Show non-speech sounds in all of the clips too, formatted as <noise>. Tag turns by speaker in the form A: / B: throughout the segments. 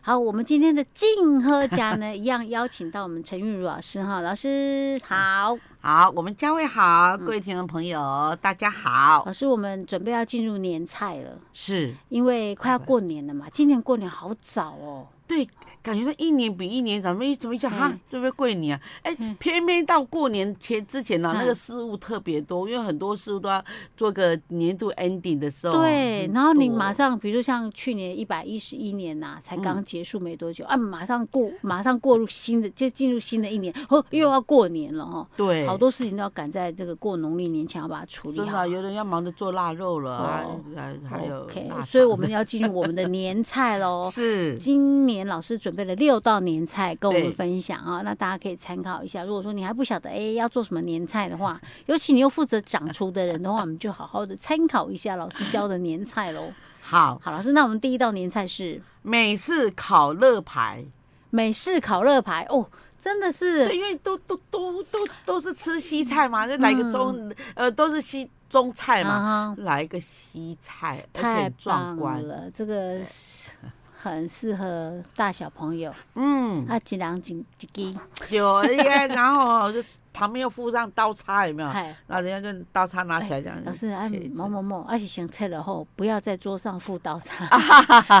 A: 好，我们今天的静喝家呢，一样邀请到我们陈韵如老师哈，老师好，
B: 好，我们嘉惠好，
A: 嗯
B: 各位听众朋友，大家好。
A: 老师，我们准备要进入年菜了，
B: 是
A: 因为快要过年了嘛，今年过年好早哦，
B: 对，感觉到一年比一年早，怎么一怎么一讲哈
A: 嗯，
B: 这边过年啊，哎
A: 嗯，
B: 偏偏到过年前之前呢、
A: 嗯
B: 那个事务特别多，因为很多事务都要做个年度 ending 的时候。
A: 对
B: 很，
A: 然后你
B: 多
A: 马上，比如说像去年一百一十一年呐、才刚结束没多久、啊，马上过，马上过入新的，就进入新的一年，哦，又要过年了哦，
B: 对，
A: 好多事情都要赶在这个过农历年前要把它处理
B: 真的
A: 好
B: 啊、。有人要忙着做腊肉了啊
A: 哦，
B: 还还有
A: OK，
B: 腊
A: 所以
B: 肠。
A: 我们要进入我们的年菜喽
B: <laughs> 是
A: 今年老师准备了六道年菜跟我们
B: 对
A: 分享啊，那大家可以参考一下。如果说你还不晓得哎、要做什么年菜的话， <laughs> 尤其你又负责掌厨的人的话，我们就好好的参考一下老师教的年菜
B: <laughs>
A: 喽。
B: 好
A: 好，老师，那我们第一道年菜是
B: 美式烤乐排，
A: 美式烤乐排哦，真的
B: 对，
A: 是
B: 因为都都都都都是吃西菜嘛，就来一个中、呃都是西中菜
A: 嗯
B: 嘛，
A: 啊哈，
B: 来一个西菜，而且
A: 太
B: 很壮
A: 棒
B: 观。
A: 了，这个是很适合大小朋友
B: 嗯，
A: 啊，几两几几滴，
B: 有一个，然后哦就旁边又附上刀叉，有没有？
A: 嗨。
B: 然后人家就刀叉拿起来这样
A: 老
B: 子
A: 师，
B: 切
A: 哎
B: 一切，，
A: 某某某，而是先切了后，不要在桌上附刀叉。
B: 啊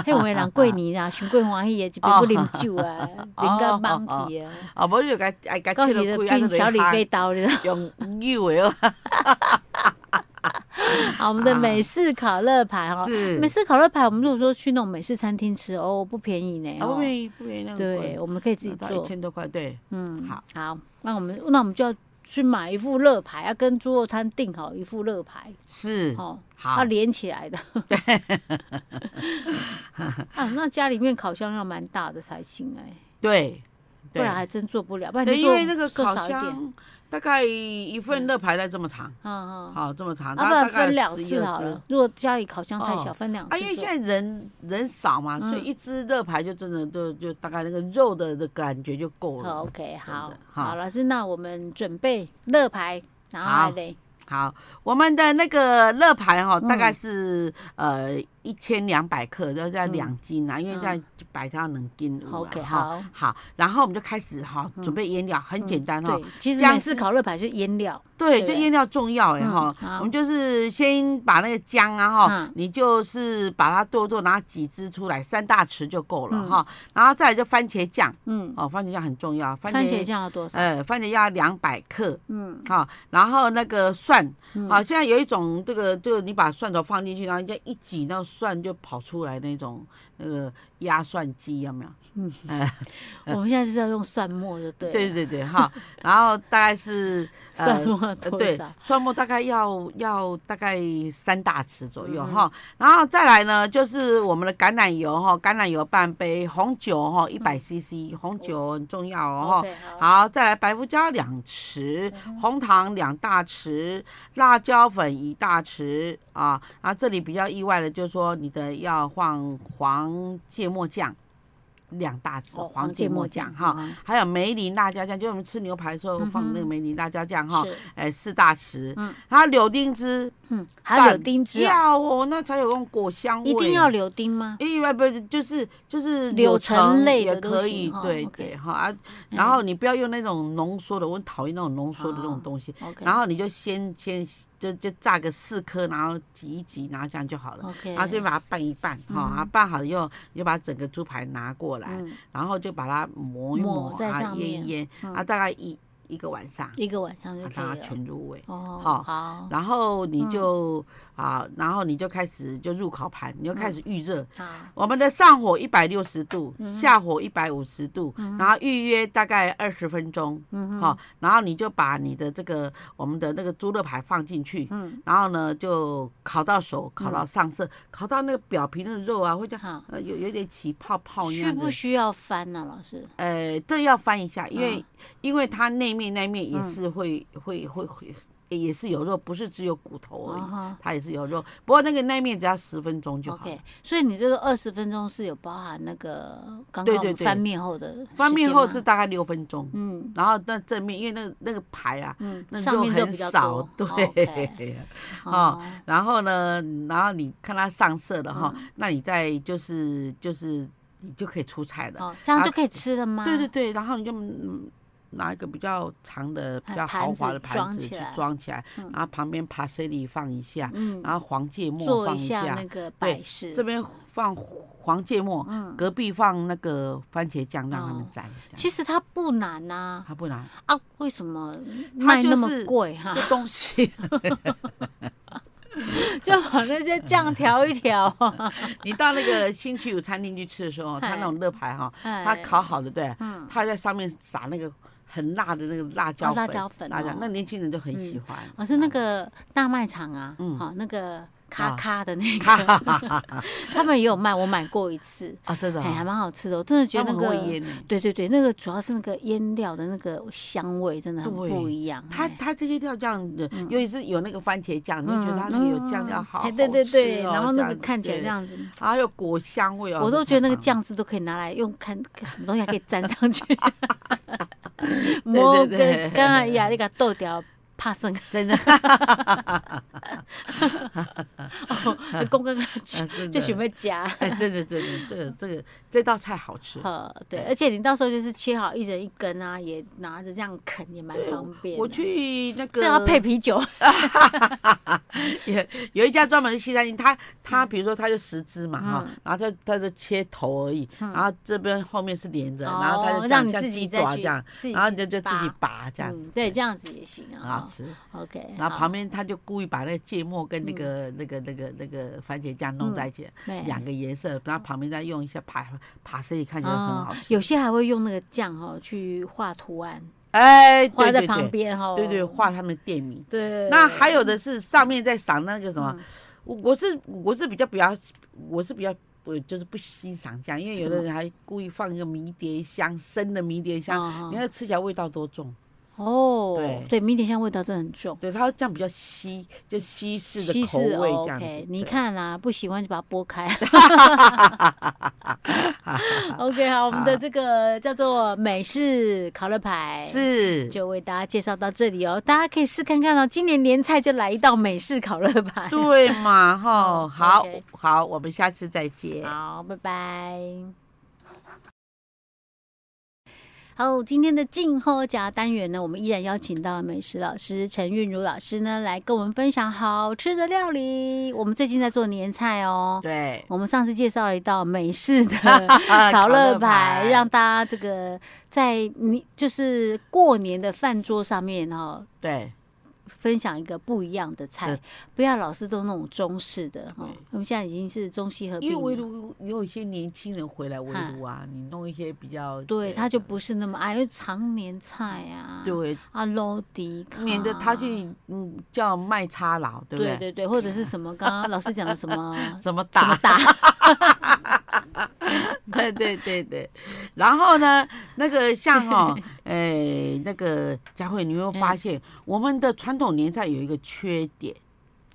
A: <laughs> 嘿，有的人过年啊，想过欢喜的，一边不 <laughs> 啉酒啊，人家忙去啊，
B: 哦，无就甲哎甲
A: 到
B: 切
A: 时
B: 落
A: 就
B: 开，啊，
A: 变
B: 就
A: 小李
B: 下
A: 飞刀了。
B: <laughs> 用柚的
A: <laughs>
B: 哦，
A: 好，我们的美式烤乐排哈，
B: 啊是
A: 美式烤乐排，我们如果说去那种美式餐厅吃哦，不便宜呢。
B: 啊不
A: 哦
B: 便宜不便宜那个
A: 对，
B: 贵，
A: 我们可以自己
B: 那到一
A: 做。
B: 千多块，对，
A: 嗯，
B: 好，
A: 好，那我们那我们就要去买一副乐牌，要跟猪肉摊订好一副乐牌，
B: 是
A: 哦，
B: 好
A: 要连起
B: <laughs>
A: 来的。啊，那家里面烤箱要蛮大的才行哎、
B: 对，
A: 不然还真做不了。不然就
B: 对，因
A: 做
B: 为那个
A: 做
B: 烤
A: 少一点，
B: 箱大概一份乐排带这么长，
A: 嗯嗯，
B: 好这么长，
A: 啊，
B: 大
A: 不然
B: 大概
A: 分两
B: 12
A: 次好
B: 只
A: 了。如果家里烤箱太小，
B: 哦
A: 分两次做。
B: 啊，
A: 嗯
B: 因为现在人人少嘛，所以一只热排就真的就就大概那个肉的的感觉就够
A: 好
B: 了。
A: OK，好
B: 真的好
A: 好老师，那我们准备乐牌，然后嘞，
B: 好，我们的那个热排哈，
A: 嗯
B: 大概是呃一千两百克，要在两斤啊，因为
A: 嗯
B: 这样就摆上能斤五
A: OK，嗯
B: 了哈。好，然后我们就开始哈，准备腌料，很简单哈
A: 对。，其实
B: 这样
A: 每次
B: 是
A: 烤乐牌是腌料，
B: 对，
A: 对
B: 就腌料重要哎
A: 嗯
B: 哈
A: 好。
B: 我们就是先把那个姜啊哈
A: 嗯，
B: 你就是把它剁剁，拿几只出来，三大匙就够了
A: 嗯
B: 哈。然后再来就番茄酱
A: 嗯，
B: 哦，番茄酱很重要，番
A: 番
B: 茄
A: 茄酱要多少？
B: 呃，番茄要两百克，
A: 嗯，
B: 好、然后那个蒜，
A: 嗯
B: 好、现在有一种这个，就你把蒜头放进去，然后人家一挤，那个蒜就跑出来那种那个压蒜机，有没有？
A: 我们现在就是要用蒜末就对了，啊
B: 对对对，哈、然后大概是
A: <laughs> 蒜末要
B: 呃，
A: 多
B: 对
A: 少？，
B: 蒜末大概要要大概三大匙左右
A: 嗯哼
B: 哈、然后再来呢，就是我们的橄榄油哈，橄榄油半杯，红酒哈一百 CC，红酒很重要哦哈。
A: 嗯 OK，好，嗯
B: 好，再来白胡椒两匙，红糖两大匙，辣椒粉一大匙啊。然后这里比较意外的就是说，你的要放黄芥末酱两大匙，
A: 哦
B: 黄芥末酱哈。，
A: 嗯
B: 还有梅林辣椒酱，就是我们吃牛排的时候
A: 嗯哼
B: 放那个梅林辣椒酱哈，
A: 是，
B: 哎四大匙，
A: 嗯
B: 然后柳丁汁
A: 嗯，还有柳
B: 拌
A: 丁汁啊，
B: 要哦，那才有用果香味，
A: 一定要柳丁吗？
B: 因为不就是就是
A: 柳
B: 柳
A: 橙
B: 橙
A: 类
B: 也
A: 的都
B: 可
A: 行
B: 以
A: 哈，
B: 对
A: OK 嗯
B: 对哈啊。然后你不要用那种浓缩的，我很讨厌那种浓缩的那
A: 好
B: 种东西。
A: 哦 OK，
B: 然后你就先先就就炸个四颗，然后挤一挤，然后这样就好了。
A: 哦 OK，
B: 然后就把它拌一拌，哈、啊，拌好了以后，你就把整个猪排拿过来，
A: 嗯
B: 然后就把它磨一
A: 抹
B: 磨，
A: 在
B: 啊，
A: 上
B: 腌
A: 面
B: 一腌，
A: 嗯
B: 啊，大概一一个晚上，
A: 一个晚上就
B: 啊，
A: 可
B: 让它
A: 以了。
B: 全入味。
A: 哦，嗯
B: 好
A: 好，
B: 然后你就、啊，然后你就开始就入烤盘，你就开始预热，
A: 好，
B: 我们的上火一百六十度，
A: 嗯
B: 下火一百五十度，然后预约大概二十分钟，
A: 嗯
B: 好、然后你就把你的这个我们的那个猪肋排放进去，
A: 嗯，
B: 然后呢就烤到熟，烤到上色，烤到那个表皮的肉啊，会这样
A: 好，
B: 呃有有点起泡泡那
A: 需
B: 样
A: 不
B: 子。
A: 需要翻呢，老师？
B: 呃，这要翻一下，因为、
A: 嗯
B: 因为它内面那面也是会、会会会也是有肉，不是只有骨头而已，
A: 嗯哼
B: 它也是有肉。不过那个内面只要十分钟就好了。
A: OK，所以你这个二十分钟是有包含那个刚刚
B: 对
A: 我
B: 对
A: 们
B: 对
A: 翻面后的
B: 翻
A: 时
B: 面
A: 间
B: 后
A: 吗
B: 是大概六分钟，
A: 嗯
B: 然后那正面因为那个那个排啊，
A: 嗯，
B: 那
A: 上
B: 肉
A: 面就
B: 很
A: 比较
B: 少
A: 多，，OK，
B: <laughs> 对，
A: 哦
B: 哦，
A: 嗯
B: 然后呢，然后你看它上色了哈，那你再就是就是你就可以出菜了。
A: 哦，这样就可以吃了吗？
B: 对对对，然后你就嗯拿一个比较长的、比较豪华的盘
A: 盘
B: 子
A: 子
B: 去
A: 装起来
B: 装起来，然后旁边帕塞里放一下，
A: 嗯，
B: 然后黄芥末
A: 做
B: 放
A: 一下那
B: 下，
A: 个
B: 对
A: 摆饰，
B: 这边放黄芥末，
A: 嗯
B: 隔壁放那个番茄酱，让他们
A: 哦
B: 蘸。这样
A: 其实它不难呐、
B: 他不拿
A: 啊，为什么卖那么
B: 就是 <laughs>
A: 贵哈、
B: 这东西，
A: 就把那些酱调一调、
B: 你到那个星期五餐厅去吃的时候，他那种乐排哈，
A: <laughs> 哎
B: <laughs> 他烤好的对，
A: 嗯，
B: 他在上面撒那个很辣的那个辣椒
A: 哦
B: 粉，
A: 辣椒粉
B: 辣椒
A: 哦
B: 那年轻人就很喜欢。
A: 我哦是那个大卖场啊，
B: 嗯
A: 好、那个咔
B: 啊
A: 咔的
B: <laughs>
A: 那
B: 哈
A: 个，
B: 哈哈哈哈
A: 他们也有卖，我买过一次，
B: 啊，真的
A: 哎，还
B: 哦，
A: 蛮好吃的，我真的觉
B: 他
A: 得
B: 们
A: 那
B: 很会
A: 个。哎
B: 腌呢。
A: 对对对，那个主要是那个腌料的那个香味真的很
B: 对
A: 不一样。
B: 他
A: 哎
B: 他这些料酱的，尤其是有那个番茄酱，你就觉得他那个有酱料好
A: 嗯
B: 好
A: 哎
B: 吃哦。
A: 对对对，然后那
B: 这
A: 个
B: 样子
A: 看起来
B: 对
A: 这样子，
B: 啊，还有果香味哦，
A: 我都
B: 这
A: 觉得那个
B: 太棒了
A: 酱汁都可以拿来用看什么东西还可以沾上
B: <laughs>
A: 去。
B: 对对对
A: 跟刚刚呀，你给它剁掉。怕
B: <laughs>
A: 生， <laughs>
B: 真的，
A: 公刚刚
B: 啊真
A: <laughs> 就
B: 的
A: 准备夹。
B: 哎，真的真的，这个这个这道菜好吃。
A: 呃，对，
B: 对
A: 而且你到时候就是切好一人一根啊，也拿着这样啃也蛮方便的。
B: 我去那个，
A: 哦这要配啤酒，
B: 也有一家专门的西餐厅，他
A: 嗯
B: 他比如说他就十只嘛哈，然后他他就切头而已，然后这边后面是连着，然后他
A: 嗯
B: 就
A: 哦
B: 这
A: 让
B: 样
A: 你
B: 像
A: 自
B: 鸡
A: 己再
B: 爪
A: 去
B: 这样，
A: 自己
B: 然后
A: 去
B: 你就就自己拔这样，
A: 嗯，对，这样子也行
B: 很好
A: 啊。
B: 吃。
A: 哦 OK，
B: 然后
A: 好嗯
B: 旁边他就故意把那个芥末跟那个那个那个那个番茄酱弄在一起，
A: 对
B: 两个颜色，然后旁边再用一些爬爬丝，看起来很
A: 哦
B: 好吃。
A: 有些还会用那个酱哦去画图案，
B: 哎，
A: 画
B: 对
A: 在
B: 对
A: 旁
B: 对，
A: 边哦。
B: 对对，画他们的店名。
A: 对。
B: 那还有的是上面在赏那个什
A: 嗯
B: 么，我我是我是比较比较，我是比较我就是不欣赏这样，因为有的人还故意放一个迷迭香，生的迷迭香，
A: 哦
B: 你看吃起来味道多重，
A: 哦，
B: 对
A: 对，迷迭香味道真的很重。
B: 对，它这样比较西，就西式
A: 西
B: 的口
A: 式
B: 味这样子。
A: 哦 OK，你
B: 对，
A: 看啦、不喜欢就把它剥
B: <laughs>
A: 开。OK，好，我们的这个叫做美式烤乐牌。
B: 是
A: 就为大家介绍到这里哦，大家可以试看看哦。今年年菜就来一道美式烤乐牌。
B: 对
A: <laughs>
B: 嘛哈，
A: 嗯
B: 好
A: OK
B: 好，我们下次再见。
A: 好，拜拜。好，今天的静候夹单元呢，我们依然邀请到美食老师陈韵如老师呢，来跟我们分享好吃的料理。我们最近在做年菜哦，
B: 对，
A: 我们上次介绍了一道美式
B: <laughs>
A: 的
B: 啊
A: 烤乐牌，让大家这个在你就是过年的饭桌上面哦，
B: 对
A: 分享一个不一样的菜
B: 对，
A: 不要老是都那种中式的哈、哦
B: 对。
A: 我们现在已经是中西合
B: 因
A: 并
B: 为围
A: 了，
B: 炉有一些年轻人回来围炉啊，你弄一些比较，
A: 对，他就不是那么爱，因为常年菜啊，
B: 啊对，
A: 啊，low 迪卡，
B: 免得他去嗯叫卖差佬，对不
A: 对
B: 对？
A: 啊对对，或者是什么刚刚老师讲的什
B: <laughs>
A: 么什
B: 怎么
A: 么
B: 打？
A: 打，
B: 对对对对。然后呢，那
A: <laughs>
B: 个像哦，哎，那个佳慧，你有
A: 嗯
B: 没有发现我们的传统年菜有一个缺点，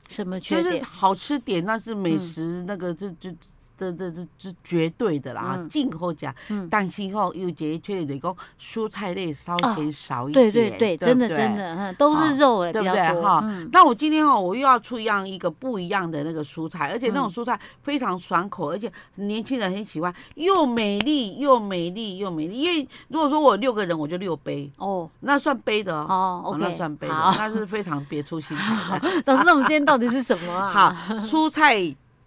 A: 什么缺
B: 就是
A: 点，嗯
B: 好吃点那是美食那个这这。这这这这绝对的啦，
A: 嗯
B: 进口价，
A: 嗯
B: 但是后又节缺点就是讲蔬菜类稍
A: 哦
B: 显少一
A: 对
B: 点，
A: 对对，真的
B: 不
A: 真的，嗯都是
B: 好
A: 肉的
B: 对
A: 比
B: 不
A: 较
B: 对
A: 多
B: 哈
A: 嗯，
B: 那我今天哦，我又要出一样一个不一样的那个蔬菜，而且
A: 嗯
B: 那种蔬菜非常爽口，而且年轻人很喜欢，又美丽又美丽又美丽。因为如果说我六个人，我就六杯，
A: 哦
B: 那算杯的哦，
A: 哦
B: 哦那算
A: ，OK，
B: 杯的，
A: 好，
B: 那是非常别出心裁
A: <laughs>
B: 的。
A: 老师，那我们今天到底是什么啊？
B: <laughs> 好，，蔬菜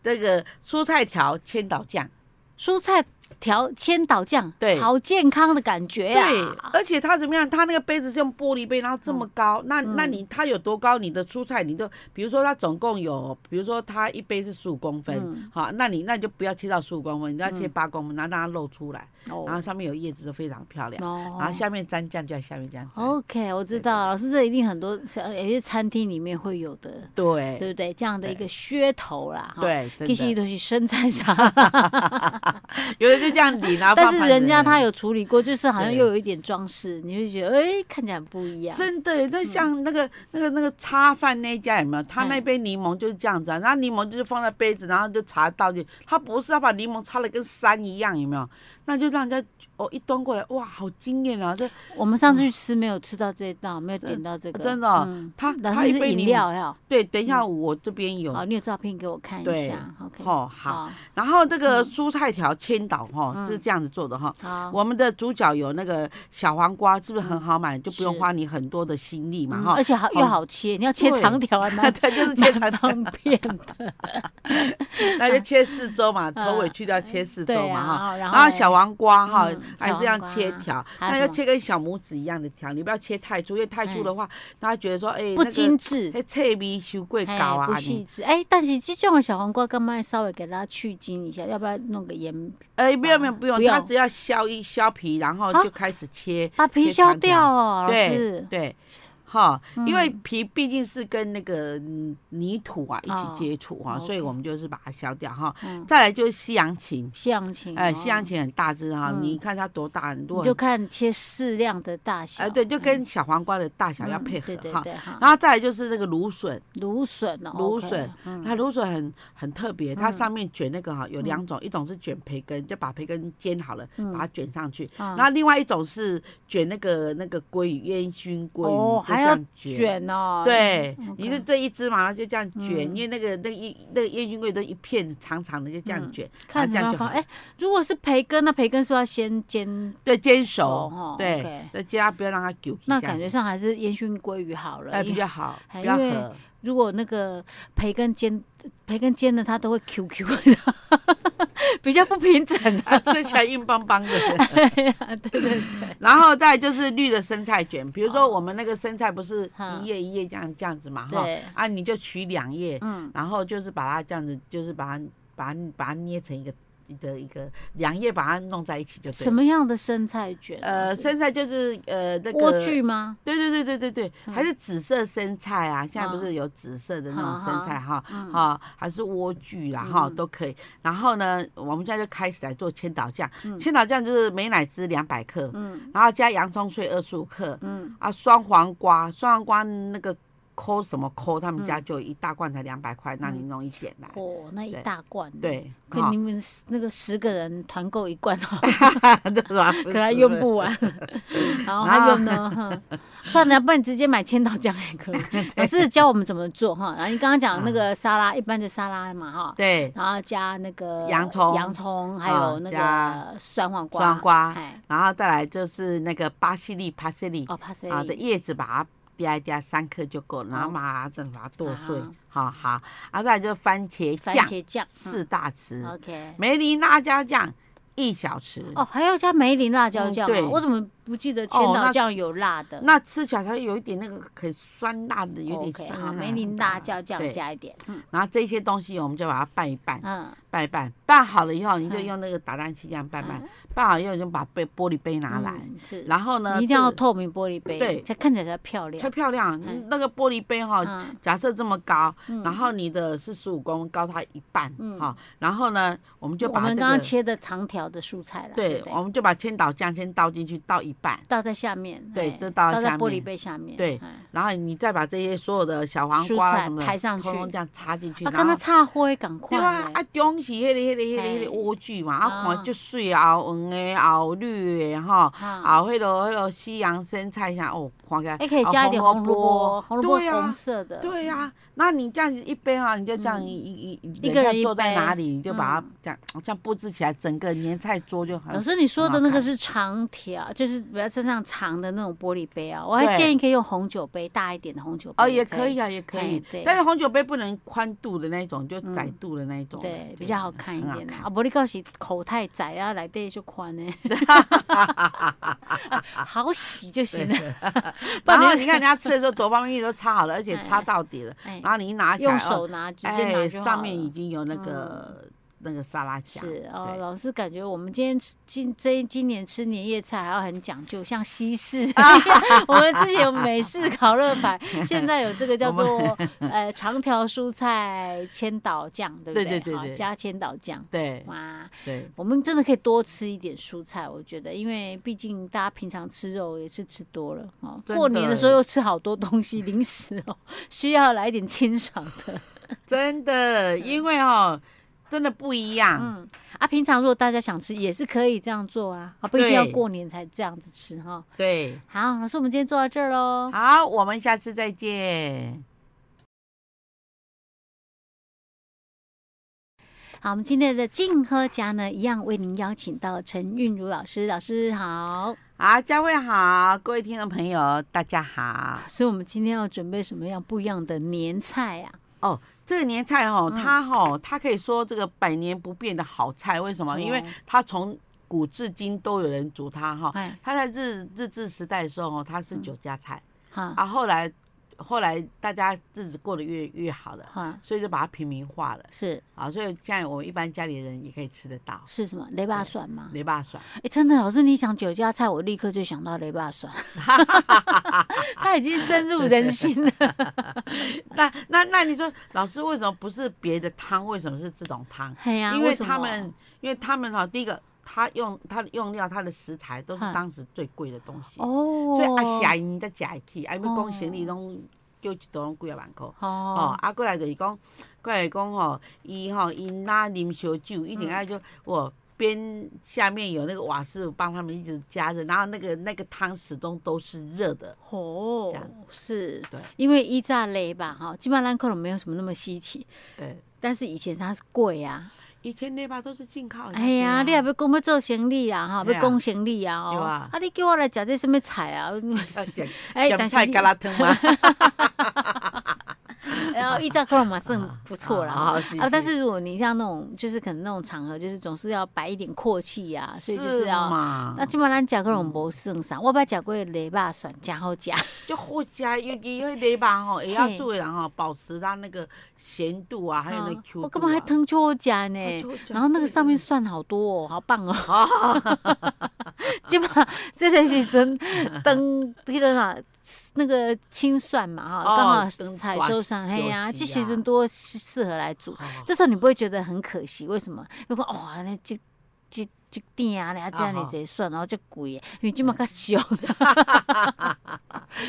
B: 这个蔬菜条千岛酱，
A: 蔬菜调千岛酱，
B: 对
A: 好健康的感觉啊呀、嗯
B: 对，而且它怎么样？它那个杯子是用玻璃杯，然后这么高，那那你它有多高？你的蔬菜你就，比如说它总共有，比如说它一杯是十五公分，
A: 嗯
B: 好，那你那你就不要切到十五公分，你要切八公分，然后让它露出来，然后
A: 哦，
B: 上面有叶子就非常漂亮，
A: 哦
B: 然后啊下面沾酱就在下面这样沾，
A: OK，我知道，老师这一定很多呃有些餐厅里面会有的，
B: 对
A: 对不对？这样的一个噱头啦，哈。
B: 对，
A: 其实
B: 真的，
A: 都是生菜
B: <laughs>
A: 沙拉，
B: 有人就这样淋啊，
A: 但是人家他有
B: 有。
A: 处理过，就是好像
B: 对
A: 又有一点装饰，你会觉得哎、看起来很不一样。
B: 真的耶，那像那个、那个那个叉饭那一家有没有？他
A: 嗯
B: 那杯柠檬就是这样子啊，然后柠檬就是放在杯子，然后就茶倒进去。他不是要把柠檬插的跟山一样，有没有？那就让人家哦一端过来，哇，好惊艳啊！这
A: 我们上次去吃没有吃到这一道，没有点到这个，
B: 真的哦
A: 嗯
B: 他
A: 老
B: 他
A: 师
B: 一
A: 是
B: 杯
A: 饮
B: 柠
A: 料
B: 檬，
A: 呀，
B: 对，等一下我这边有
A: 好，你有照片给我看一
B: 对
A: 下，OK，
B: 哦好，然后这个蔬菜条千岛哈，
A: 嗯哦
B: 是这样子做的哈。
A: 好，
B: 我们的主角有那个小黄瓜，是不是很好买？就不用
A: 是
B: 花你很多的心力嘛
A: 嗯
B: 哈
A: 而。且好又
B: 好
A: 好切，你要切
B: 对
A: 长条
B: <laughs>
A: 啊，蛮
B: 对，就是切长
A: 蛮
B: 条，
A: 方
B: <laughs>
A: 便的， <laughs>
B: 那就切四周嘛，头尾
A: 嗯
B: 去掉切四周
A: 对
B: 嘛哈。
A: 啊，然
B: 然后小黄瓜哈
A: 嗯，
B: 还
A: 小
B: 是要
A: 黄瓜
B: 切条，
A: 还有什么
B: 那要
A: 哎
B: 切跟小拇指一样的条，你不要切太粗，因为太粗的话，大家觉得说，哎，
A: 不
B: 那个
A: 精致。
B: 迄脆味伤过高
A: 哎
B: 啊，
A: 不
B: 安尼
A: 细致哎，但是这种的小黄瓜干嘛要稍微给它去筋一下？要不要弄个盐
B: 哎，不用不用不用，
A: 哦不
B: 它
A: 用
B: 只要削一削皮，然后
A: 啊
B: 就开始切，
A: 把皮
B: 切
A: 削
B: 长
A: 掉
B: 条，
A: 哦？老
B: 对
A: 师，
B: 对。哈，
A: 嗯
B: 因为皮毕竟是跟那个嗯泥土啊一
A: 哦
B: 起接触哈，所以
A: OK
B: 我们就是把它削掉哈。
A: 嗯
B: 再来就是西洋芹，
A: 西洋芹，
B: 哎，西洋
A: 哦
B: 芹很大只哈，
A: 嗯
B: 你看它多大，很多
A: 你就看切适量的大小，
B: 哎，对，就
A: 嗯
B: 跟小黄瓜的大小要
A: 嗯
B: 配合
A: 对对
B: 哈。
A: 对哈
B: 然后再来就是那个芦笋，
A: 芦笋哦，
B: 芦
A: OK，
B: 笋
A: 嗯
B: 那芦笋很很特别，它
A: 嗯
B: 上面卷那个哈有两种，一种是卷培根，就把培根煎好了，
A: 嗯
B: 把它卷上去。
A: 啊
B: 然后另外一种是卷那个那个鲑鱼，烟熏鲑
A: 哦
B: 鱼，就
A: 还
B: 这
A: 要
B: 样卷。
A: 卷哦，
B: 对，
A: OK
B: 你是这一只嘛，然后就这样卷，
A: 嗯
B: 因为那个那个一那个烟熏鲑鱼都一片长长的，就这样
A: 嗯
B: 卷，
A: 看
B: 然后
A: 什
B: 这
A: 么
B: 样
A: 样
B: 就
A: 放。
B: 好。
A: 哎，如果是培根，那培根是不是要先煎，
B: 对，煎
A: 熟
B: 熟
A: 哈，
B: 哦对
A: OK，
B: 那煎它不要让它揪起这
A: 那
B: 样子，
A: 感觉上还是烟熏鲑鱼好了。
B: 哎
A: 因
B: 比
A: 为
B: 较好，
A: 哎
B: 比较
A: 因为
B: 合。
A: 如果那个培根煎，培根煎的它都会 QQ，比 <laughs> 较不平整啊。
B: 啊， <laughs> 吃起来硬邦邦的。
A: <laughs> 对对对，
B: 然后再就是绿的生菜卷，比如说
A: 哦
B: 我们那个生菜不是
A: 哈
B: 一叶一叶这样这样子嘛，哈
A: 对，
B: 啊，你就取两叶，
A: 嗯，
B: 然后就是把它这样子，就是把它把它把它捏成一个一个一个两叶，把它弄在一起就对了。
A: 什？么样的生菜卷啊？
B: 呃，
A: 是
B: 生菜就是呃那个
A: 莴苣吗？
B: 对对对对对对，还是紫色生菜啊，现在不
A: 嗯
B: 是有紫色的那
A: 好
B: 种生
A: 好
B: 菜哈，
A: 嗯
B: 哈，还是莴苣啦哈，都可以。然后呢，我们现在就开始来做千岛酱，千岛酱就是美乃滋两百克，
A: 嗯
B: 然后加洋葱碎二十五克，
A: 嗯，
B: 啊，双黄瓜，双黄瓜那个抠什么抠，他们家就一大罐才两百块，那你弄一点来，
A: 嗯哦，那一
B: 对
A: 大罐。。
B: 对，
A: 可你们那个十个人团购一罐
B: <laughs>
A: 哦，
B: 哈，这软
A: <laughs> 可
B: 可
A: 能用不完。 <laughs> 然
B: 啊
A: 后还有呢，哼算了，不然你直接买千岛酱也
B: <laughs>
A: 可以。老师教我们怎么做哈，然后你刚刚讲那
B: 嗯
A: 个沙拉，一般的沙拉嘛哈，
B: 对，
A: 然后加那个
B: 洋葱
A: 洋葱，还
B: 啊
A: 有那
B: 加
A: 个酸黄瓜，
B: 酸瓜
A: 哎，
B: 然后再来就是那个巴西利帕西利
A: 哦，帕塞
B: 啊的叶子把它。嗲一嗲三颗就够了，
A: 哦
B: 然后把它再把它剁碎
A: 好，
B: 好好，啊，再来就是番茄
A: 番
B: 酱嗯
A: 茄酱嗯
B: 四大匙，
A: ，OK，
B: 梅林辣椒酱一小匙，
A: 哦，还要加梅林辣椒酱
B: 嗯对
A: 啊，我怎么不记得千岛
B: 哦那
A: 酱有辣的
B: 那吃起来它有一点那个很酸辣的，有点
A: ？OK，
B: 酸
A: 好，
B: 辣
A: 梅林辣椒酱
B: 对
A: 加一点，嗯
B: 然后这些东西我们就把它拌一拌，
A: 嗯，
B: 拌一拌，拌好了以后，你就
A: 嗯
B: 用那个打蛋器这样拌拌，拌好以后你就把杯玻璃杯拿来，
A: 嗯是，
B: 然后呢，
A: 你一定要
B: 这
A: 透明玻璃杯，
B: 对
A: 才看起来才漂
B: 才哦
A: 亮。
B: 漂亮
A: 嗯。
B: 那个玻璃杯哈，
A: 嗯
B: 假设这么高，
A: 嗯
B: 然后你的是十五公分，高它一半
A: 嗯
B: 哈，然后呢，我们就
A: 我
B: 把
A: 们
B: 这
A: 刚刚
B: 个，
A: 切的长条的蔬菜啦，对
B: 对哦
A: 不，对，
B: 我们就把千岛酱先倒进去，倒一半。
A: 倒在下面，
B: 对
A: 哎
B: 都倒在
A: 倒在
B: 下
A: 玻璃
B: 面
A: 杯下面，
B: 对
A: 哎
B: 然后你再把这些所有的小黄
A: 蔬
B: 瓜
A: 菜
B: 什么的
A: 排上去
B: 通通这样插进去，
A: 啊，
B: 然
A: 刚
B: 后
A: 刚插花的赶快
B: 对啊，
A: 嘞，
B: 啊，中是迄个、迄个、迄个、迄
A: 嘿
B: 个莴苣嘛，啊，
A: 哦
B: 看足水啊，红的、后绿的吼，
A: 啊，
B: 后迄落、迄落西洋生菜啥，哦，看起来啊
A: 哎，可以加一点红萝卜，红萝
B: 对
A: 卜红
B: 啊，
A: 色的，
B: 对啊，那你这样子一杯啊，你就这样
A: 嗯
B: 一一一
A: 一
B: 人
A: 个
B: 家
A: 人一
B: 坐在
A: 杯嗯
B: 哪里，你就把它这样这样布置起来，整个年菜桌就
A: 老
B: 啊很
A: 师，你说的那个
B: 好看
A: 是长条，就是比较身上长的那种玻璃杯啊。我还
B: 对
A: 建议可以用红酒杯，大一点的红酒杯
B: 哦，也可以。啊，也可
A: 哎
B: 以
A: 对，
B: 但是红酒杯不能宽度的那一种，就窄
A: 嗯
B: 度的那一种，
A: 对，比较好看一
B: 啊很好
A: 点的。
B: 看
A: 啊，玻璃告是口太窄啊，来对就宽
B: <laughs>
A: 呢， <laughs> 好洗就行了。
B: <laughs>
A: 不
B: 然后
A: 然
B: 你看人家吃的时候，多方面都擦好了，而且
A: 哎
B: 擦到底了，
A: 哎，
B: 然后你一拿起来，
A: 用
B: 哦
A: 手拿，直接拿
B: 哎，
A: 就好
B: 上面已
A: 了。嗯
B: 经有那个、那个沙拉酱，
A: 是哦，
B: 对。
A: 老师感觉我们今天吃今这今年吃年夜菜还要很讲究，像西式，
B: <laughs>
A: 我们之前有美式烤肉排，现在有这个叫做呃长条蔬菜千岛酱，对不
B: 对
A: 对？
B: 对对
A: 好
B: 对
A: 加千岛酱，
B: 对
A: 哇， <laughs>
B: 对
A: 我们真的可以多吃一点蔬菜，我觉得，因为毕竟大家平常吃肉也是吃多了哦，
B: 真的
A: 过年的时候又吃好多东西零食哦，需要来一点清爽的。
B: 真的，因为哦，真的不一样。
A: 嗯啊，平常如果大家想吃，也是可以这样做啊，啊，不一定要
B: 对
A: 过年才这样子吃哈。
B: 对，
A: 好，老师，我们今天做到这儿喽。
B: 好，我们下次再见。
A: 好，我们今天的静喝家呢，一样为您邀请到陈韵如老师，老师好。
B: 好，佳慧好，各位听众朋友，大家好。
A: 所以，我们今天要准备什么样不一样的年菜啊？
B: 哦，这个年菜哦，
A: 嗯
B: 它哦，它可以说这个百年不变的好菜，为什么？因为
A: 哦
B: 它从古至今都有人煮它哈、
A: 哎，嗯
B: 它在日日治时代的时候哦，它是酒家菜、
A: 好，
B: 啊，后来后来大家日子过得越越好了，
A: 好，
B: 所以就把它平民化了
A: 是
B: 啊，所以现在我们一般家里人也可以吃得到
A: 是什么雷霸蒜吗？
B: 雷霸蒜。
A: 哎、真的，老师，你讲酒家菜，我立刻就想到雷霸
B: <laughs>
A: 蒜，它已经深入人心了。
B: <laughs> <laughs> 那那那你说，老师为什么不是别的汤？为什么是这种汤？
A: 哎呀、
B: 因
A: 为
B: 为
A: 什
B: 他
A: 么
B: 们，因为他们哈，第一个他用他的用料，他的食材都是
A: 嗯
B: 当时最贵的东西，
A: 哦，
B: 所以啊，下因在食去，啊，要
A: 哦
B: 讲行李拢叫一桌拢几啊万箍。哦
A: 哦，，
B: 啊，过来就是讲，过来讲吼，伊吼因那啉烧
A: 嗯
B: 酒，一定要就我边下面有那个瓦斯炉帮他们一直加热，然后那个那个汤始终都是热的，
A: 哦
B: 这样，
A: 是
B: 对
A: 因为一炸雷吧，哈，基本上可能没有什么那么稀奇，
B: 对。
A: 但是以前它是贵啊。
B: 以前那把都是进口的。
A: 哎呀，你也
B: 对啊
A: 要讲要做生意啊，哈，
B: 对啊
A: 要讲生意啊，
B: 对
A: 哦，
B: 啊
A: 啊，你叫我来食这什么菜啊？ <laughs>
B: 要 <laughs> 讲
A: 哎，
B: 讲
A: 但是
B: 菜
A: 你
B: 咖
A: <laughs>
B: 拉汤吗？
A: 然后一哦炸可能嘛算不错啦，
B: <laughs> 啊
A: 哈
B: 啊是
A: 啊，
B: 是
A: 但是如果你像那种就是可能那种场合，就是总是要摆一点阔气呀，所以就是要。
B: 嘛
A: 那，基本上讲可能无算啥，我捌食过雷霸蒜，真好食。
B: 就好食，尤其迄礼拜吼，也要
A: 嘿
B: 做的人吼，保持它那个咸度啊，还有那个 Q
A: 嗯我
B: 度
A: 干嘛还
B: 啊。
A: 汤就好食
B: 啊
A: 呢
B: 就好？吃
A: 然后那个
B: 对
A: 上面
B: 对
A: 蒜好多哦，好棒
B: <laughs>
A: 哦。 <laughs> 基本上这个时
B: <laughs>
A: 阵灯迄个啥，那个青蒜嘛哈，
B: 哦
A: 刚好
B: 当
A: 采
B: 大
A: 收上，嘿呀，
B: 料
A: 这
B: 时啊
A: 时阵多适适合来煮。
B: 好
A: 这时候你不会觉得很可惜，为什么？因为讲哇，那这这这店啊，啊这样你
B: 啊哈嗯
A: 这些蒜，然后就贵，因为今嘛较俗。 <laughs>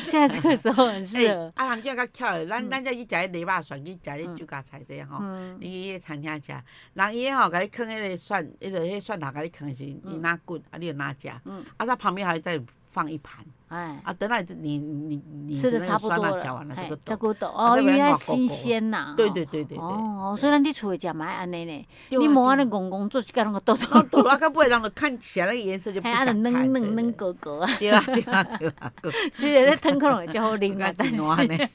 A: 现在这个时候很适
B: 哎
A: 合，，
B: 啊，人家较巧的，咱咱这去食迄礼拜蒜，去食迄酒家菜这样吼，
A: 嗯，
B: 你去迄餐厅食，人伊吼，甲你囥迄个蒜，迄个迄蒜头甲你囥的是，你拿滚，啊，你就拿食，
A: 嗯
B: 啊，它旁边还再放一盘，
A: 哎。
B: 啊，等到你你你
A: 吃的差不多
B: 了，
A: 了，
B: 嚼完了
A: 嘿
B: 啊这个
A: 这
B: 走，
A: 个豆
B: 啊
A: 哦，
B: 再
A: 因
B: 把
A: 为它
B: 它弄糊糊
A: 新鲜呐。
B: 对
A: 哦
B: 对对对对，
A: 哦，
B: 对
A: 所以咱伫厝诶食嘛爱安尼呢，
B: 对啊
A: 你无安尼
B: <laughs> 对啊
A: 戆戆做一干那个豆豆，
B: 然后煮啊，到尾人就看起来那个颜色就不
A: 还啊
B: 想看，
A: 就软
B: 对
A: 软软
B: 对
A: 哥哥啊，
B: 对啊，对啊，对啊，
A: <laughs> 虽然咧汤可能会较 <laughs> 好啉
B: 应
A: 啊
B: <laughs> 该，
A: 但
B: 真
A: 是
B: 暖呢。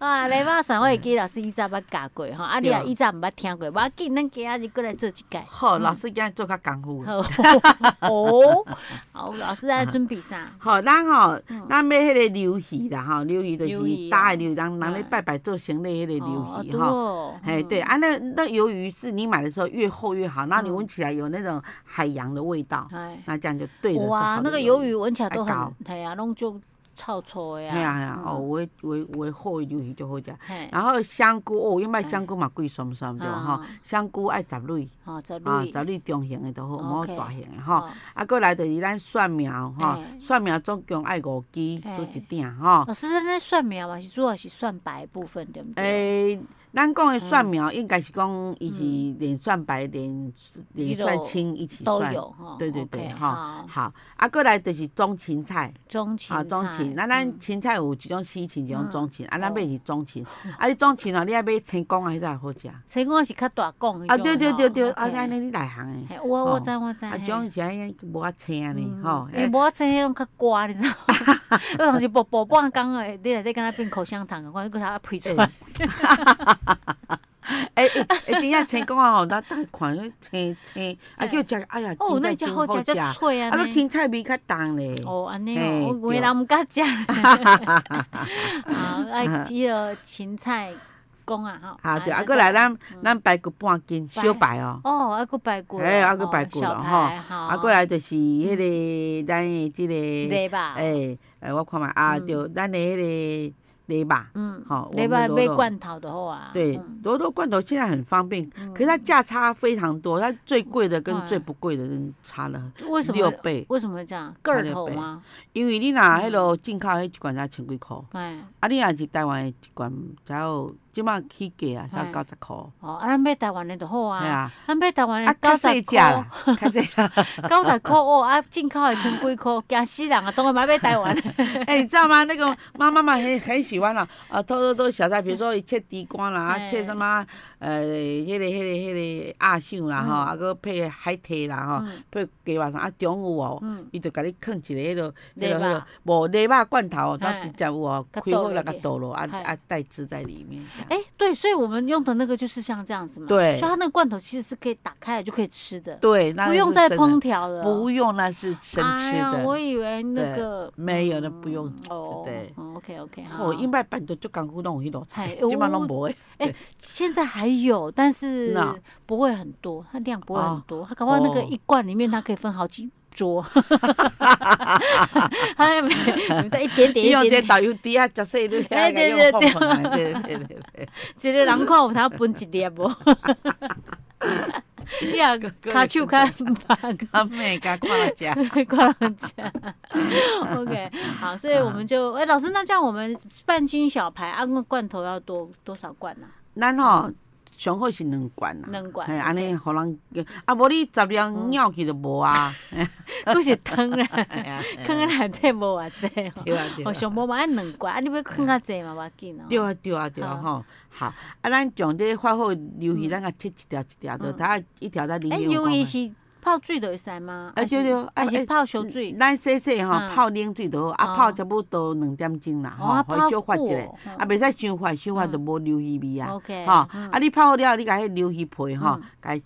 A: 啊，来吧，上我会记老师以前捌教过吼，啊你
B: 嗯对
A: 啊
B: 啊
A: 以前毋捌听过，我紧咱今仔日过来做一届。
B: 好，老师今天做较功夫。
A: 嗯
B: <laughs>
A: 好哦，好，老师在准备
B: <laughs>
A: 啥？
B: 好，咱吼
A: 嗯，
B: 咱买迄个流鱼啦，吼，流鱼就
A: 鱿鱼哦
B: 是大的流鱼，人人咧
A: 嗯
B: 拜拜做成类迄个流鱼
A: 哦
B: 吼。
A: 哦
B: 哎，对啊，那那鱿鱼是你买的时候越厚越好，然后你闻起来有那种海洋的味道，
A: 哎，
B: 那这样就对了。
A: 哇，那个鱿，鱼啊闻起来都
B: 还
A: 很
B: 搞，
A: 哎呀，弄就臭臭的呀。
B: 哎呀哎呀，
A: 嗯
B: 哦，，我我我厚的鱿鱼就好食。
A: 嘿，
B: 然后香菇哦，因为
A: 嗯
B: 香菇嘛贵酸酸对吧？吼
A: 啊，
B: 香菇爱十类，
A: 好，再录
B: 啊，
A: 一
B: 十类中型的就好，唔好
A: OK
B: 大型的吼。
A: 哦
B: 啊，过来就是咱蒜苗吼
A: 嘿，
B: 蒜苗总共爱五支
A: 嘿
B: 煮一鼎吼。
A: 老师，咱咧蒜苗啊嘛是主要是蒜白的部分，对不对？
B: 诶，咱讲的
A: 嗯
B: 蒜苗应该是讲，伊是连蒜白、连连
A: 这
B: 蒜
A: 种
B: 青一起
A: 嗯都
B: 蒜。
A: 有哈。
B: 对对对，
A: OK，
B: 哈
A: 好，
B: 好。啊，过来就是中芹菜，
A: 中芹
B: 啊，
A: 菜，
B: 中芹。那
A: 嗯
B: 咱芹菜有一种西芹，一种中芹，啊，咱
A: 哦
B: 买是中芹。啊，你中芹哦，你爱买青光啊，迄才好食。啊，
A: 所以讲是较大讲
B: 对对对对，啊，安尼你内行诶。
A: 我我
B: 哦
A: 知我知。
B: 啊，
A: 嘿
B: 种是安尼无啊青呢，
A: 嗯
B: 吼。
A: 因为
B: 哎
A: 无青迄种较瓜，你知道吗？ <laughs> 我当时薄薄半工诶，你内底敢若变口香糖，我搁啥配出来？
B: 哎哎，哎真正青光啊吼，咱逐个看迄青青，啊
A: 哎
B: 叫食，哎呀，
A: 哦，
B: 芹
A: 那
B: 菜
A: 只
B: 真
A: 好
B: 好
A: 食，
B: 食。
A: 只脆
B: 啊，
A: 啊
B: 个。芹菜味较重咧。
A: 哦，安尼
B: 嘿
A: 哦，我原
B: 对
A: 来毋敢
B: <laughs>
A: 食。啊，啊，迄个芹菜讲啊，哈。
B: <laughs> 啊对，啊，
A: 再
B: 过来咱
A: 嗯
B: 咱排骨半斤小排哦，
A: 哦，啊，个排骨，
B: 哎啊
A: 哦
B: 还有排骨
A: 小
B: 了
A: 排
B: 吼
A: 好，
B: 啊，过来就是迄
A: 嗯
B: 个咱的即个，
A: 对吧？
B: 诶诶，我看嘛，啊，
A: 嗯
B: 就咱的迄个螺吧，
A: 嗯，
B: 吼，
A: 对
B: 我
A: 吧？买
B: 们螺肉，
A: 罐头的话啊，
B: 对
A: 嗯，
B: 螺肉罐头现在很方便，可是它价差非常多，它最贵的跟最不贵的人差了
A: 嗯为什
B: 六
A: 么？
B: 倍，
A: 为什么会这样？个
B: 差
A: 儿
B: 六
A: 头
B: 倍
A: 吗？
B: 因为你若
A: 嗯
B: 迄落进口迄一罐才千几箍，
A: 哎，
B: 啊，你若是台湾的一罐才有，即满起价啊，才有
A: 哎
B: 九十箍，
A: 哦，啊，咱买台湾的就好
B: 系
A: 啊，
B: 啊。
A: 咱买台湾的
B: 啊，较
A: 九
B: 细
A: 十
B: 只啦
A: 块，，
B: <laughs> 较细。
A: 九十块哦，啊，进口的千几块，惊死人啊！当然买买台湾的，
B: 哎，你知道吗？那个妈妈嘛很很喜喜欢了啊，偷偷都小菜，比如说切地瓜啦，啊
A: 嘿
B: 切什么呃，迄个、迄个、迄个鸭掌啦吼，
A: 嗯
B: 啊，搁配海苔啦吼
A: 嗯，
B: 配鸡肉啥啊，中午哦
A: 嗯，
B: 伊就甲你囥一个迄落、迄
A: 肉
B: 落、迄落，无鸡肉罐头，
A: 嘿
B: 它直接有哦，
A: 甲
B: 开火
A: 倒
B: 来
A: 落
B: 甲
A: 去
B: 倒落，啊
A: 嘿
B: 啊带汁在里面这样。
A: 哎、对，所以我们用的那个就是像这样子嘛。
B: 对
A: 所以它那个罐头其实是可以打开来就可以吃的，
B: 对，那
A: 不
B: 是
A: 用再
B: 生的
A: 烹调了。
B: 不用，那是生吃
A: 哎呀，我
B: 的。
A: 以为那个
B: 没有那不用
A: 嗯哦，
B: 对
A: 嗯，OK OK，
B: 哦，因为办都足艰苦弄迄落菜 <laughs>
A: 哎，
B: 即摆拢
A: 有
B: 无诶。
A: 现在还有，但是
B: 那
A: 不会很多，它量不会很
B: 哦
A: 多，它搞不好那个
B: 哦
A: 一罐里面它可以分好几
B: <laughs>
A: 桌， <laughs> 它 <laughs> 每每一点点
B: 伊用
A: 一
B: 这
A: 点点，
B: 导游底啊，食细你遐
A: 哎
B: 个
A: 对
B: 用
A: 对
B: 碰碰啊，对对对 <laughs> 对。
A: 一个人看有它分一粒无，你啊，卡手卡 <laughs> 慢。
B: 阿妹甲看了食，
A: 挂了家 OK，好，所以我们就哎、老师，那这样我们半斤小排啊，那罐头要多多少罐啊呢、
B: 咱吼上好是两罐啦，啊
A: 两罐
B: 嘿，安尼互人啊，无你十两尿去就
A: <laughs>
B: 无啊。
A: 啊？都是汤啦，
B: <laughs> 哎呀
A: 坑啊内底无偌济哦。
B: 对啊对
A: 哦，
B: 啊。
A: 上无嘛爱两罐，啊，你要坑较济嘛，无要紧哦。
B: 对啊，对啊，对啊，
A: 嗯
B: 吼，好，啊，咱从这发好鱿鱼，咱甲切一条一条的，它一条才零
A: 嗯哎，
B: 点五
A: 鱿
B: 公
A: 鱼
B: 分。
A: 是泡水就会使吗？
B: 啊
A: 还是
B: 对对啊
A: 还是
B: 哎
A: 泡烧水？
B: 咱洗洗吼，
A: 嗯
B: 泡冷水就好，啊
A: 哦
B: 泡差不多两点钟啦，
A: 哦
B: 吼，互伊小发一下
A: 泡久哦，
B: 啊袂使伤发，伤发就无鱿鱼味啊，
A: OK，
B: 吼，
A: 嗯
B: 啊你泡好了，你甲迄鱿鱼皮吼
A: 嗯，
B: 甲伊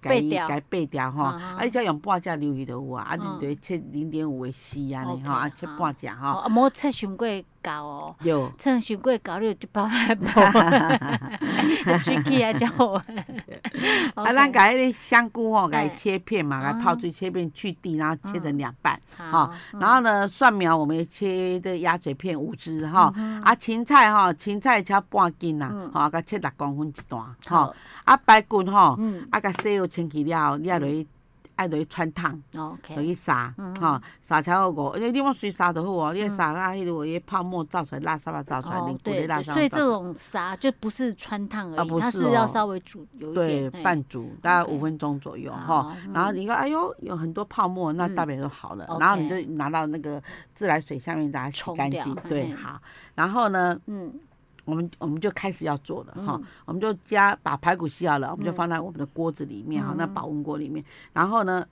B: 甲
A: 掰
B: 伊
A: 掉
B: 甲伊掰掉吼，
A: 啊
B: 啊你只要用半只鱿鱼就有啊，啊你
A: 嗯
B: 就切零点五的丝安尼
A: OK，
B: 吼，啊切
A: 好
B: 半只
A: 哦
B: 吼，
A: 啊，无切伤过厚哦，
B: 有。
A: <laughs> 切伤过厚你就包还无，水起来才好玩。
B: 啊，咱甲迄个香菇吼，甲伊
A: 哎
B: 切片嘛，甲伊泡水切片去蒂，然后切
A: 嗯
B: 成两半，
A: 好
B: <laughs> 哈。
A: 嗯
B: 然后呢，蒜苗我们也切的鸭嘴片五只哈，啊，芹菜哈，芹菜切半斤啦
A: 嗯，
B: 吼，甲切六公分一段，
A: 好
B: 吼。啊，排骨吼，
A: 嗯
B: 啊，甲洗好清气了后，你爱落去爱落去穿烫，落
A: ，OK，
B: 去杀
A: 嗯，
B: 吼，杀超好五，你你往水杀就好哦，你若杀啊，迄个迄泡沫造出来，垃圾啊造出来，
A: 哦
B: 连，骨
A: 对，
B: 的垃
A: 对
B: 圾
A: 所以
B: 啊造
A: 这
B: 出来。
A: 种啥就不是穿烫
B: 啊
A: 而
B: 不
A: 已，它
B: 是
A: 是要
B: 哦
A: 稍微煮有一
B: 对
A: 点，，啊哎
B: 半煮大概
A: OK
B: 五分钟左右哈
A: 好，
B: 然后你看，哎呦，有很多泡沫，那
A: 嗯
B: 代表就好了。
A: OK
B: 然后你就拿到那个自来水下面，把它洗
A: 冲
B: 干
A: 掉
B: 净。
A: 嗯
B: 对，
A: 嗯
B: 好。然后呢，
A: 嗯，
B: 我们我们就开始要做了哈，我们就加把排骨洗好了，我
A: 嗯
B: 们就放在我们的锅子里面哈，那保温锅里面。然后呢，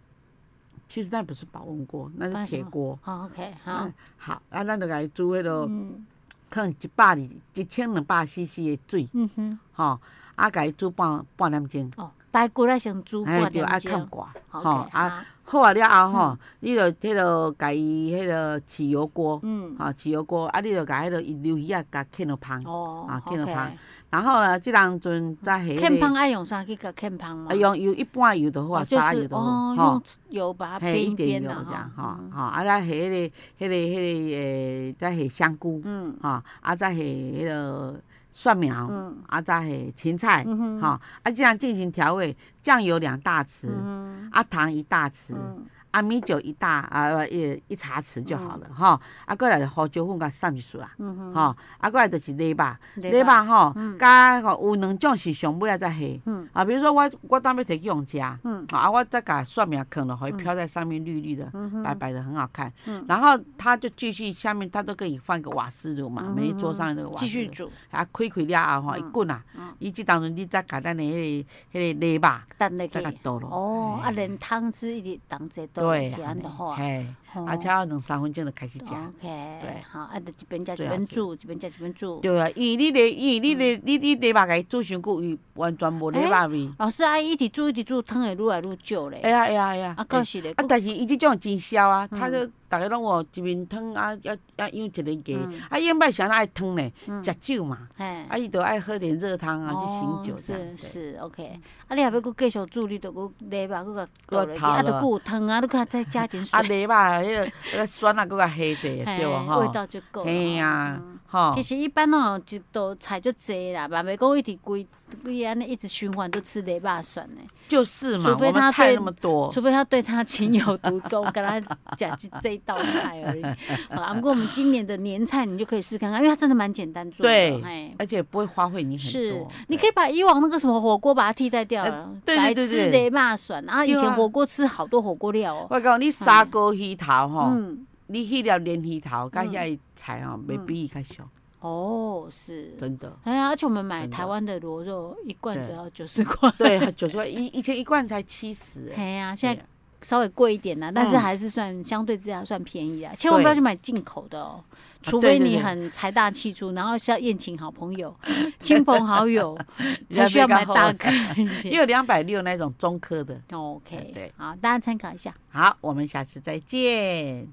B: 其实那不是保温锅，那
A: 放
B: 是
A: 什
B: 铁
A: 么
B: 锅。
A: 好 OK，好
B: 嗯，，好，啊，咱就来煮迄个，
A: 嗯
B: 可能一百里一千两百 CC 的水
A: 嗯哼，
B: 哈，啊，给它煮半半点钟。
A: 哦，排骨来先煮
B: 哎，
A: 半
B: 对，
A: 点
B: 啊，看
A: 钟，
B: 挂，
A: 好
B: 吼
A: OK，好，
B: 啊好啊了后
A: 嗯
B: 吼，你就迄落甲伊迄落豉油锅，
A: 嗯，
B: 吼，豉油锅，啊，你就甲迄落伊鱿鱼啊，甲浸落芳，
A: 哦
B: 啊浸落芳
A: ，OK，
B: 然后呢，即当阵再下
A: 欠芳
B: 个，
A: 爱用啥去个欠芳吗
B: 啊，？用油一般油就好啊，
A: 哦就
B: 沙油
A: 是
B: 就
A: 哦，
B: 好，
A: 用
B: 吼，
A: 油把它
B: 嘿，
A: 煸
B: 一
A: 一
B: 点
A: 煸
B: 油
A: 呐，
B: 这样，
A: 哈
B: 吼，吼，啊，再下迄个，迄个，迄个，诶，再下香菇，
A: 嗯
B: 吼，啊，再下迄落蒜苗，
A: 嗯
B: 啊，再下芹菜，
A: 嗯哼
B: 吼，啊，这样进行调味，酱油两大匙，
A: 嗯
B: 啊，糖一大匙。
A: 嗯，
B: 啊，米酒一大啊，呃一一茶匙就好了吼、啊，过来就胡椒粉甲上一撮啊，吼、
A: 嗯
B: 啊，过来就是礼肉，
A: 礼
B: 礼
A: 拜
B: 肉吼，甲吼有两种是上尾啊再下。
A: 嗯
B: 啊，比如说我我当要摕去用食，
A: 嗯
B: 啊，我再甲蒜苗啃了，互伊飘在上面绿绿的，白白的，很好看。
A: 嗯
B: 然后它就继续下面，它都可以放一个瓦斯炉嘛，
A: 嗯
B: 每一桌上那个瓦斯
A: 继
B: 炉。
A: 续煮，
B: 啊，开开了后吼，一滚啊，
A: 嗯
B: 伊即当中你再甲咱的迄、个迄、个礼肉
A: 等那
B: 再甲
A: 个。
B: 倒落。
A: 哦，啊，连汤汁一直当在倒，
B: 对，
A: 这样就好啊。
B: 嘿。
A: 哦
B: 而且要两三分钟就开始食。
A: OK，
B: 对
A: 好，啊，就一边吃
B: 最
A: 一
B: 好
A: 边
B: 吃
A: 煮，一边吃一边煮。
B: 对啊，因为你的，因为你的，你你你肉甲伊煮伤久，伊完全无咧肉味。
A: 老师，啊，伊一直煮一直煮，汤会愈来愈少
B: 会
A: 咧。
B: 啊会啊会啊。
A: 啊，到时咧，
B: 啊，
A: 佫
B: 但是伊即种真烧啊，他就逐个拢有一面汤啊，啊啊养一个鸡，啊因摆谁那爱汤呢？食酒嘛，
A: 嘿
B: 啊伊就爱喝点热汤啊，去醒酒
A: 哦
B: 这样嗯
A: 是
B: 子。
A: 是 OK。啊，你若要佫继续煮，你着佫礼拜佫甲倒落去，
B: 头
A: 啊，着
B: 了
A: 佫有汤啊，你佫再加点水
B: 啊，礼肉迄个那个酸啊，搁较黑者，
A: 嘿
B: 对无
A: 味
B: 吼？
A: 道就够了。
B: 嘿呀
A: 嗯。，
B: 吼
A: 其。实一般哦，一道菜就济啦，嘛袂讲一直规规安尼一直循环都吃礼拜算嘞。
B: 就是嘛，
A: 除非
B: 我们
A: 他
B: 菜
A: 对
B: 那么多
A: 除，非他对他情有独钟，跟他讲这这一道菜
B: <laughs>
A: 而已。好啊，不过我们今年的年菜你就可以试看看，因为它真的蛮简单做的。
B: 对
A: 哎，
B: 而且不会花费你很
A: 是
B: 多。，
A: 你可以把以往那个什么火锅把它替代掉了
B: 呃，对对
A: 改
B: 对
A: 吃
B: 对
A: 雷霸蒜。然后以
B: 对啊
A: 前火锅吃好多火锅料哦。
B: 我讲你砂锅鱼头吼。
A: 嗯，
B: 你迄粒连鱼头，甲遐个菜吼，袂比伊较俗。
A: 哦，是，
B: 真的。
A: 哎呀，而且我们买
B: 真的
A: 台湾的螺肉一罐只
B: 对
A: 要九十块， <laughs>
B: 对，九十块一以前一罐才七十，
A: 哎呀，现在
B: 对
A: 稍微贵一点啦，但是
B: 嗯
A: 还是算相对之下算便宜啊，千万不要去买进口的哦。除
B: 对
A: 非
B: 啊对
A: 你
B: 对
A: 很财大气粗，然后是要宴请好朋友、亲朋好
B: <laughs>
A: 友，
B: 人
A: 才
B: 家
A: 需要
B: 比较
A: 买大
B: 好
A: 颗
B: <laughs>
A: 一
B: 也
A: 点。
B: 有两百六那种中科的。
A: OK，
B: 啊对
A: 好，大家参考一下。
B: 好，我们下次再见。